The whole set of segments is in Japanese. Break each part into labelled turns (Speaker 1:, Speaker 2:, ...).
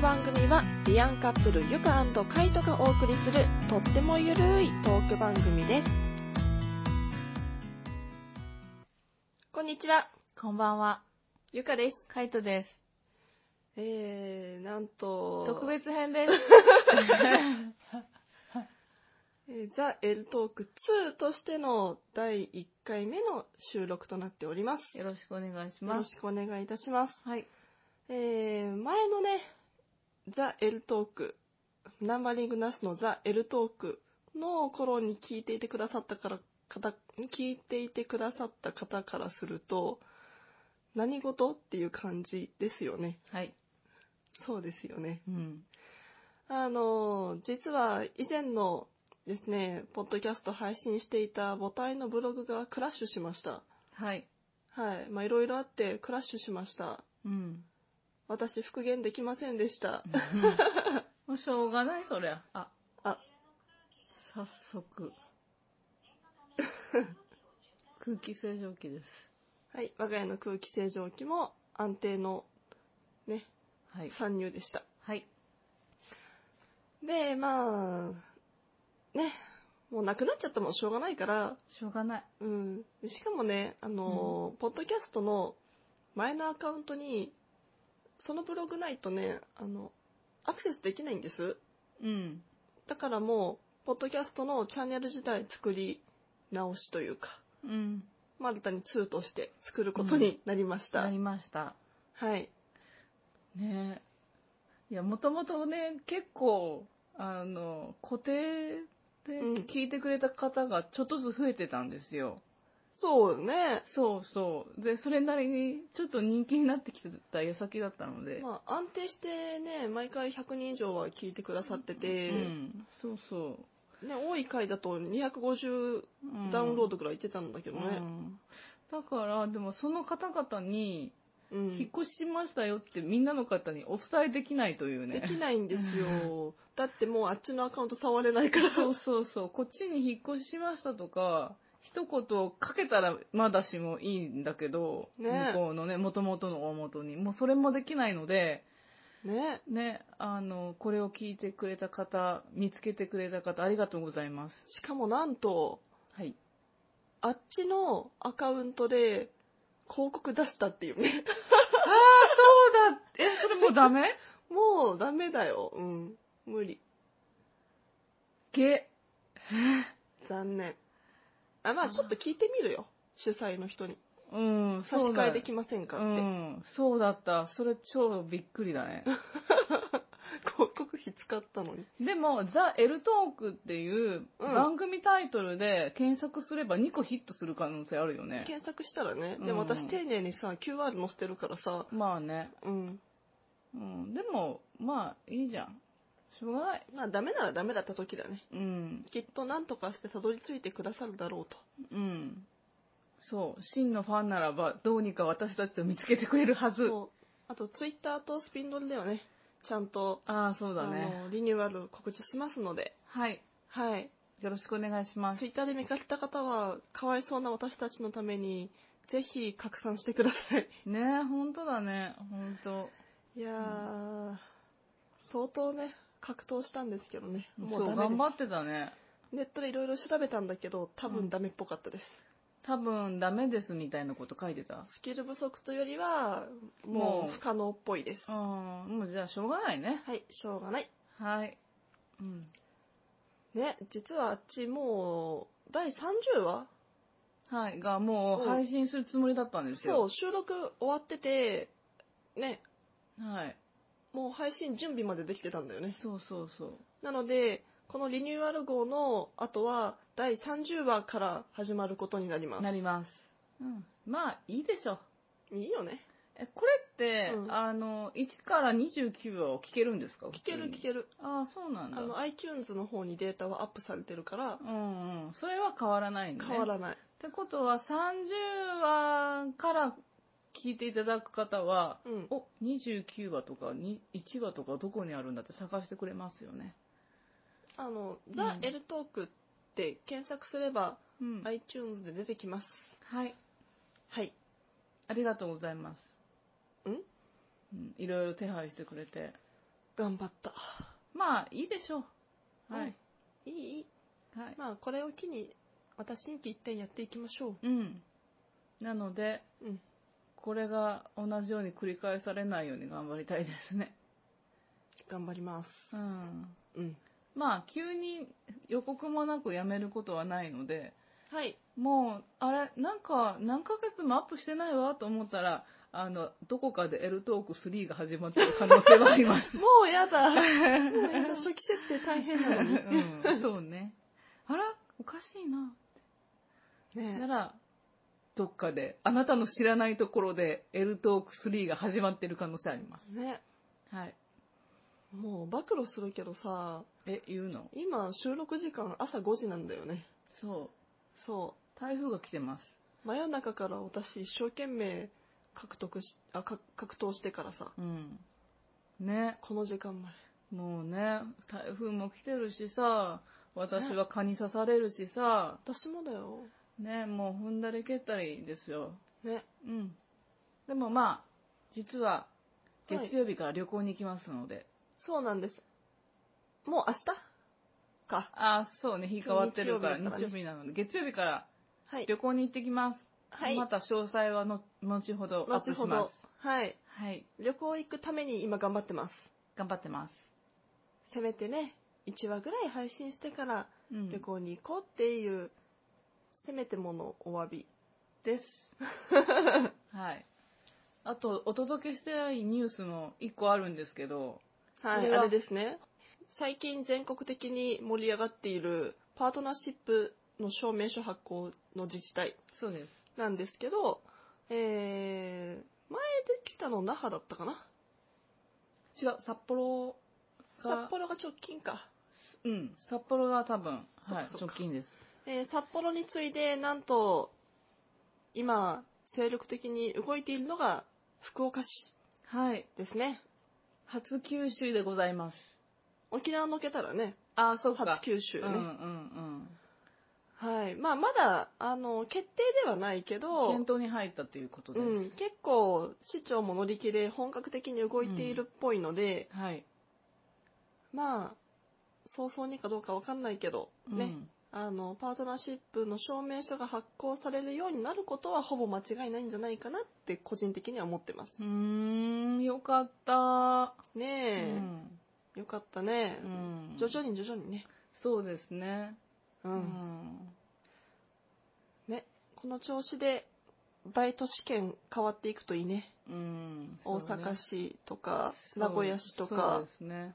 Speaker 1: はビアンカップルゆかカイトがお送りするとってもゆるいトーク番組ですこんにちは
Speaker 2: こんばんは、
Speaker 1: ゆかです
Speaker 2: カイトです。
Speaker 1: えー、なんと
Speaker 2: 特別編です。
Speaker 1: えーザ・エルトーク2としての第1回目の収録となっております
Speaker 2: よ
Speaker 1: よ
Speaker 2: ろしくお願いしま
Speaker 1: ろ
Speaker 2: す
Speaker 1: し。くお願いいたします
Speaker 2: はい。
Speaker 1: えー、前のねザ・エルトークナンバリングなしのザ・エルトークの頃に聞いていてくださったから方聞いていてくださった方からすると何事っていう感じですよね
Speaker 2: はい。
Speaker 1: そうですよね
Speaker 2: うん。
Speaker 1: あの、実は以前のですね、ポッドキャスト配信していた母体のブログがクラッシュしました。
Speaker 2: はい。
Speaker 1: はい。まあ、いろいろあってクラッシュしました。
Speaker 2: うん。
Speaker 1: 私復元できませんでした。
Speaker 2: もうしょうがない、そりゃ。あ、
Speaker 1: あ、
Speaker 2: 早 速。空気清浄機です。
Speaker 1: はい。我が家の空気清浄機も安定のね、
Speaker 2: はい。
Speaker 1: 参入でした。
Speaker 2: はい。
Speaker 1: で、まあ、ね、もうなくなっちゃったもんしょうがないから、
Speaker 2: しょうがない。
Speaker 1: うん。しかもね、あのー、ポッドキャストの前のアカウントに、そのブログないとね、あの、アクセスできないんです。
Speaker 2: うん。
Speaker 1: だからもう、ポッドキャストのチャンネル自体作り直しというか、
Speaker 2: うん。
Speaker 1: まあ新たに2として作ることになりました。
Speaker 2: なりました。
Speaker 1: はい。
Speaker 2: ねえ。いや、もともとね、結構、あの、固定で
Speaker 1: うん
Speaker 2: 聞いてくれた方がちょっとずつ増えてたんですよ。
Speaker 1: そうね。
Speaker 2: そうそう。で、それなりに、ちょっと人気になってきてた矢先だったので。
Speaker 1: まあ安定してね、毎回100人以上は聞いてくださってて、
Speaker 2: うん。そうそ
Speaker 1: ね、多い回だと250
Speaker 2: う。うん
Speaker 1: ダウンロードくらいいってたんだけどね。
Speaker 2: うんだから、でもその方々に、
Speaker 1: うん
Speaker 2: 引っ越しましたよってみんなの方にお伝えできないという
Speaker 1: で
Speaker 2: ね。
Speaker 1: きないんですよ。だってもうあっちのアカウント触れないから。
Speaker 2: そうそうそう。こっちに引っ越しましたとか、一言かけたらまだしもいいんだけど、
Speaker 1: ね
Speaker 2: 向こうのね、元々の大元に。もうそれもできないので、
Speaker 1: ね。
Speaker 2: ね、あの、これを聞いてくれた方、見つけてくれた方、ありがとうございます。
Speaker 1: しかもなんと、
Speaker 2: はい。
Speaker 1: あっちのアカウントで広告出したっていうね。
Speaker 2: ああ、そうだえ、それもうダ メ
Speaker 1: もうダメだよ。うん。無理。
Speaker 2: げ、
Speaker 1: 残念。あ、まあちょっと聞いてみるよ。主催の人に。
Speaker 2: うん、
Speaker 1: 差し
Speaker 2: そうだ
Speaker 1: 替えできませんか
Speaker 2: う
Speaker 1: って。
Speaker 2: ん、そうだった。それ超びっくりだね。
Speaker 1: 広告費使ったのに。
Speaker 2: でも、ザ・エルトークっていう
Speaker 1: うん
Speaker 2: 番組タイトルで検索すれば2個ヒットする可能性あるよね。
Speaker 1: 検索したらね。でも
Speaker 2: う
Speaker 1: 私
Speaker 2: ん
Speaker 1: 丁寧にさ、QR 載せてるからさ。
Speaker 2: まあね。
Speaker 1: うん。
Speaker 2: うん、でも、まあ、いいじゃん。しょうがない。
Speaker 1: まあダメならダメだった時だね。
Speaker 2: うん、
Speaker 1: きっと何とかしてたどり着いてくださるだろうと。
Speaker 2: うん。そう、真のファンならば、どうにか私たちを見つけてくれるはず。
Speaker 1: そう。あと、ツイッターとスピンドルではね、ちゃんと、
Speaker 2: ああ、そうだ
Speaker 1: あ
Speaker 2: ね。
Speaker 1: の、リニューアル告知しますので、
Speaker 2: はい。
Speaker 1: はい。
Speaker 2: よろしくお願いします
Speaker 1: ツ。イッターで見かけた方は、かわいそうな私たちのために、ぜひ拡散してくださ い。
Speaker 2: ねえ、ほんとだね。ほんと。
Speaker 1: いやー、相当ね、格闘したんですけどね。も
Speaker 2: そうう、
Speaker 1: ダ
Speaker 2: 頑
Speaker 1: メ
Speaker 2: 張ってたね。
Speaker 1: です。ネットでいろいろ調べたんだけど、多
Speaker 2: う
Speaker 1: 分
Speaker 2: ん
Speaker 1: ダメっぽかったです。
Speaker 2: 多分ダメですみたいなこと書いてた。
Speaker 1: スキル不足というよりは、も
Speaker 2: もう
Speaker 1: う不可能っぽいです。
Speaker 2: うん、もうじゃあしょうがないね。
Speaker 1: はい、しょうがない。
Speaker 2: はい。うん。
Speaker 1: ね、実はあっちもう、第30話
Speaker 2: はい。がもう配信するつもりだったんです
Speaker 1: そ
Speaker 2: よ。
Speaker 1: う、収録終わってて、ね、
Speaker 2: はい。
Speaker 1: もう配信準備までできてたんだよね。
Speaker 2: そうそうそう。
Speaker 1: なので、このリニューアル号の後は、第30話から始まることになりま
Speaker 2: な
Speaker 1: す。
Speaker 2: ります。うん。まあ、いいでしょう。
Speaker 1: いいよね。
Speaker 2: え、これって、
Speaker 1: うん
Speaker 2: あの、1から29話を聞けるんですか
Speaker 1: 聞ける聞
Speaker 2: る。
Speaker 1: ける。
Speaker 2: ああ、そうなんだ。
Speaker 1: あの、iTunes の方にデータはアップされてるから、
Speaker 2: うんうん。それは変わらないんだね。
Speaker 1: 変わらない。
Speaker 2: ってことは、30話から聞いていただく方は、
Speaker 1: うん。
Speaker 2: お、29話とかに、1話とかどこにあるんだって探してくれますよね。
Speaker 1: あの、
Speaker 2: ん
Speaker 1: ザ・エルトークって検索すれば、
Speaker 2: うん。はい。
Speaker 1: iTunes で出てきます。はい。
Speaker 2: ありがとうございます。
Speaker 1: ん
Speaker 2: うん。いろいろ手配してくれて。
Speaker 1: 頑張った。
Speaker 2: まあ、いいでしょう。はい。
Speaker 1: いいいい
Speaker 2: はい。
Speaker 1: まあ、これを機に、私に一点やっていきましょ
Speaker 2: うん。なので、
Speaker 1: う。うん。
Speaker 2: これが同じように繰り返されないように頑張りたいですね。
Speaker 1: 頑張ります
Speaker 2: う。ん。
Speaker 1: うん。
Speaker 2: まあ、急に予告もなくやめることはないので、
Speaker 1: はい。
Speaker 2: もう、あれ、なんか、何ヶ月もアップしてないわと思ったら、あの、どこかで L トーク3が始まってる可能性はあります。
Speaker 1: もうや だ。もうやだ。初期設定大変なの に。
Speaker 2: うん、そうね。あら、おかしいな。な
Speaker 1: ね
Speaker 2: ら、どっかで、あなたの知らないところで L トーク3が始まってる可能性あります。
Speaker 1: え。ね
Speaker 2: はい。
Speaker 1: もう暴露するけどさ、
Speaker 2: え、言うの
Speaker 1: 今収録時間朝5時なんだよね。
Speaker 2: そう。
Speaker 1: そ
Speaker 2: 台風が来てます。
Speaker 1: う。真夜中から私一生懸命獲得し、あ、か格闘してからさ、
Speaker 2: うん。ね。
Speaker 1: この時間前。
Speaker 2: もうね、台風も来てるしさ、私は蚊に刺されるしさ、
Speaker 1: 私もだよ。
Speaker 2: ね、もう踏んだり蹴ったりですよ。
Speaker 1: ね。
Speaker 2: うん。でもまあ、実は、
Speaker 1: はい
Speaker 2: 月曜日から旅行に行きますので。
Speaker 1: そうなんです。もう明日か。
Speaker 2: ああ、そうね、日変わってるから、
Speaker 1: 日曜日だからね
Speaker 2: 日曜日なので、月曜日から
Speaker 1: はい。
Speaker 2: 旅行に行ってきます。
Speaker 1: はい。
Speaker 2: また詳細はの後ほどアッ
Speaker 1: 後
Speaker 2: プし
Speaker 1: ほ
Speaker 2: ま
Speaker 1: ど
Speaker 2: す。。
Speaker 1: はい。
Speaker 2: はい。
Speaker 1: 旅行行くために今頑張ってます。
Speaker 2: 頑張ってます。
Speaker 1: せめてね、1話ぐらい配信してから
Speaker 2: うん
Speaker 1: 旅行に行こうっていう、せめてものお詫び。
Speaker 2: です。はい。あと、お届けしてないニュースも一個あるんですけど、
Speaker 1: は
Speaker 2: これ
Speaker 1: い、
Speaker 2: は
Speaker 1: あれですね。最近全国的に盛り上がっているパートナーシップの証明書発行の自治体
Speaker 2: そうです。
Speaker 1: なんですけど、えー、前できたの那覇だったかな
Speaker 2: 違う、札幌が、
Speaker 1: 札幌が直近か。
Speaker 2: うん、札幌が多分、はい、
Speaker 1: そっかそっか
Speaker 2: 直近です。
Speaker 1: えー札幌に次いで、なんと、今、精力的に動いているのが福岡市
Speaker 2: はい。
Speaker 1: ですね。
Speaker 2: 初九州でございます。
Speaker 1: 沖縄抜けたらね、
Speaker 2: ああ、そっか。
Speaker 1: 初九州ね。
Speaker 2: うんうん
Speaker 1: はい。まあ、まだ、あの、決定ではないけ
Speaker 2: うん。
Speaker 1: ど、
Speaker 2: 検討に入ったということで
Speaker 1: う
Speaker 2: す。
Speaker 1: ん、結構、市長も乗り気で本格的に動いているっぽいので、
Speaker 2: はい。
Speaker 1: まあ、早々にかどうかわかんないけど、ね、
Speaker 2: うん
Speaker 1: あの、パートナーシップの証明書が発行されるようになることはほぼ間違いないんじゃないかなって個人的には思ってます。
Speaker 2: うーん、よかった。
Speaker 1: ね
Speaker 2: う
Speaker 1: え、
Speaker 2: ん。
Speaker 1: よかったね、
Speaker 2: うん
Speaker 1: 徐々に徐々にね。
Speaker 2: そうですね。
Speaker 1: う。
Speaker 2: うんん。
Speaker 1: ね、この調子で、大都市圏変わっていくといいね。
Speaker 2: うん。
Speaker 1: 大阪
Speaker 2: そうね
Speaker 1: 市とか、名古屋市と
Speaker 2: そう
Speaker 1: か
Speaker 2: で、すね。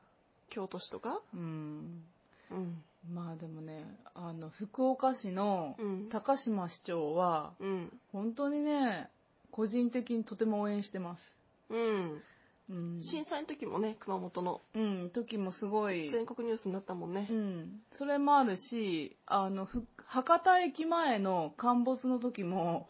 Speaker 1: 京都市とか。
Speaker 2: うん。
Speaker 1: うん。
Speaker 2: まあでもね、あの、福岡市の
Speaker 1: うん。
Speaker 2: 高島市長は、
Speaker 1: うん。
Speaker 2: 本当にね、個人的にとても応援してます。
Speaker 1: うん。
Speaker 2: うん。
Speaker 1: 震災の時もね、熊本の
Speaker 2: うん、時もすごい。
Speaker 1: 全国ニュースになったもんね
Speaker 2: う。ん。それもあるし、あの、ふ博多駅前の陥没の時も、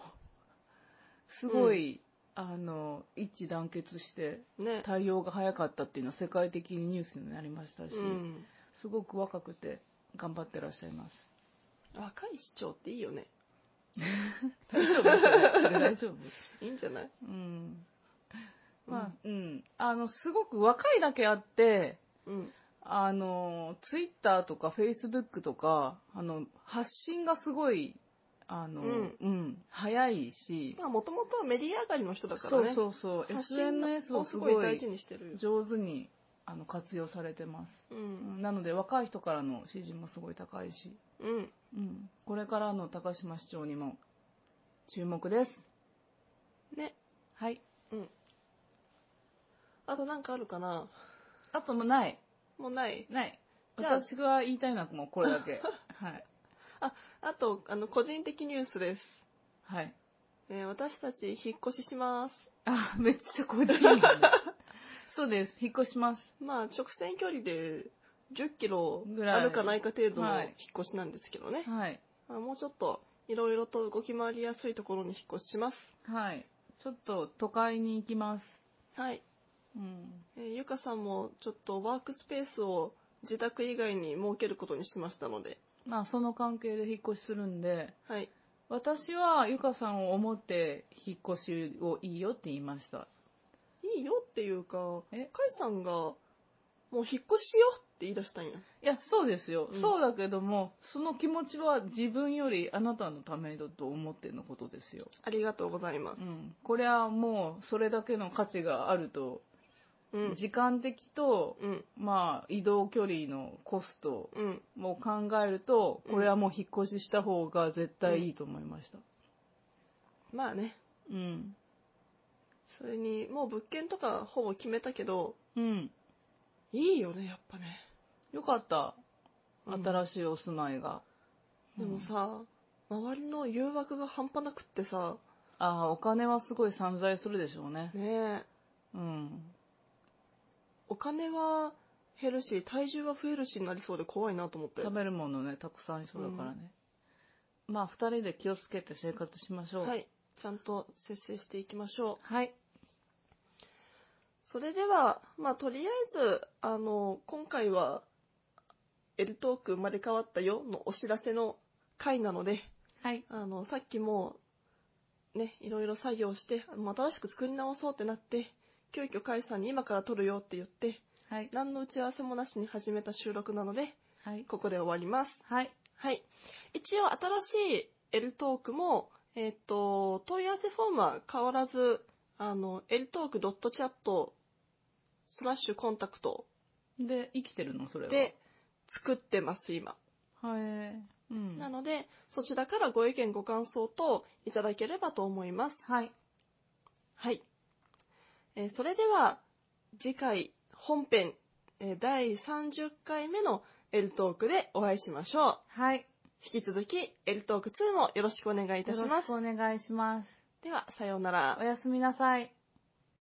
Speaker 2: すごい、あの、一致団結して、
Speaker 1: ね。
Speaker 2: 対応が早かったっていうのは世界的にニュースになりましたし、
Speaker 1: うん。
Speaker 2: すごく若くて頑張ってらっしゃいます。
Speaker 1: 若い市長っていいよね。
Speaker 2: 大丈夫それ大丈夫
Speaker 1: いいんじゃない
Speaker 2: うん。まあ、うん。あの、すごく若いだけあって、
Speaker 1: うん。
Speaker 2: あの、ツイッターとかフェイスブックとか、あの、発信がすごい、あの、う
Speaker 1: うんん、
Speaker 2: 早いし、
Speaker 1: まあ、もともとはメディア上がりの人だから
Speaker 2: そ
Speaker 1: ね。
Speaker 2: うそうそう、
Speaker 1: 発信
Speaker 2: SNS を
Speaker 1: を
Speaker 2: す
Speaker 1: す
Speaker 2: ご
Speaker 1: ごい大
Speaker 2: い
Speaker 1: 事にしてるよ。
Speaker 2: 上手にあの活用されてます。
Speaker 1: う。
Speaker 2: うんんなので若い人からの支持もすごい高いし、
Speaker 1: うん。
Speaker 2: うん、これからの高島市長にも注目です。
Speaker 1: ね。
Speaker 2: はい。
Speaker 1: あとなんかあるかな
Speaker 2: あともうない。
Speaker 1: もうない。
Speaker 2: ない。
Speaker 1: じゃあ
Speaker 2: 私が言いたいのはもうこれだけ。 はい。
Speaker 1: あと、あの、個人的ニュースです。
Speaker 2: はい。
Speaker 1: えー私たち引っ越しします。
Speaker 2: あ、めっちゃ個人的な そうです。引っ越します。
Speaker 1: まあ、直線距離で10キロ
Speaker 2: ぐらい
Speaker 1: あるかないか程度の
Speaker 2: はい
Speaker 1: 引っ越しなんですけどね。
Speaker 2: はい。
Speaker 1: まあもうちょっと、いろいろと動き回りやすいところに引っ越しします。
Speaker 2: はい。ちょっと都会に行きます。
Speaker 1: はい。
Speaker 2: うん。
Speaker 1: えーゆかさんもちょっとワークスペースを自宅以外に設けることにしましたので。
Speaker 2: まあ、その関係で引っ越しするんで、
Speaker 1: はい。
Speaker 2: 私はゆかさんを思って引っ越しをいいよって言いました。
Speaker 1: いいよっていうか、か
Speaker 2: え
Speaker 1: いさんがもう引っ越ししようって言い出したんや。
Speaker 2: いや、そうですよ、
Speaker 1: うん
Speaker 2: そうだけども、その気持ちは自分よりあなたのためだと思ってのことですよ。
Speaker 1: ありがとうございま
Speaker 2: う
Speaker 1: す。
Speaker 2: ん。これはもう、それだけの価値があると、
Speaker 1: うん。
Speaker 2: 時間的と、
Speaker 1: うん。
Speaker 2: まあ、移動距離のコスト
Speaker 1: うん。
Speaker 2: も考えると、
Speaker 1: うん
Speaker 2: これはもう引っ越しした方が絶対いいと思いました。
Speaker 1: まあね。
Speaker 2: うん。
Speaker 1: それに、もう物件とかほぼ決めたけど、
Speaker 2: うん。
Speaker 1: いいよね、やっぱね。
Speaker 2: よかった。
Speaker 1: うん
Speaker 2: 新しいお住まいが。
Speaker 1: でも
Speaker 2: うん、
Speaker 1: さ、周りの誘惑が半端なくってさ、
Speaker 2: ああ、お金はすごい散財するでしょうね。
Speaker 1: ねえ、
Speaker 2: うん。
Speaker 1: お金は減るし、体重は増えるしになりそうで怖いなと思って。
Speaker 2: 食べるものね、たくさんありそうだからね。まあ、二人で気をつけて生活しましょう。
Speaker 1: は。い。ちゃんと節制していきましょう。
Speaker 2: はい。
Speaker 1: それでは、まあ、とりあえず、あの、今回は、L トーク生まれ変わったよのお知らせの回なので、
Speaker 2: はい。
Speaker 1: あの、さっきも、ね、いろいろ作業して、もう新しく作り直そうってなって、急遽カイさんに今から撮るよって言って、
Speaker 2: はい。
Speaker 1: 何の打ち合わせもなしに始めた収録なので、
Speaker 2: はい。
Speaker 1: ここで終わります。
Speaker 2: はい。
Speaker 1: はい。一応新しい L トークも、えっ、と、問い合わせフォームは変わらず、あの、ltalk.chat スラッシュコンタクト
Speaker 2: で、生きてるのそれは。
Speaker 1: で、作ってます、今。
Speaker 2: はい。うん。
Speaker 1: なので、そちらからご意見ご感想等いただければと思います。
Speaker 2: はい。
Speaker 1: はい。えーそれでは、次回本編、えー第30回目の L トークでお会いしましょう。
Speaker 2: はい。
Speaker 1: 引き続き L トーク2もよろしくお願いいたし
Speaker 2: よ
Speaker 1: ま
Speaker 2: ろし
Speaker 1: す
Speaker 2: く。お願いします。
Speaker 1: では、さようなら
Speaker 2: お。やすみなさい。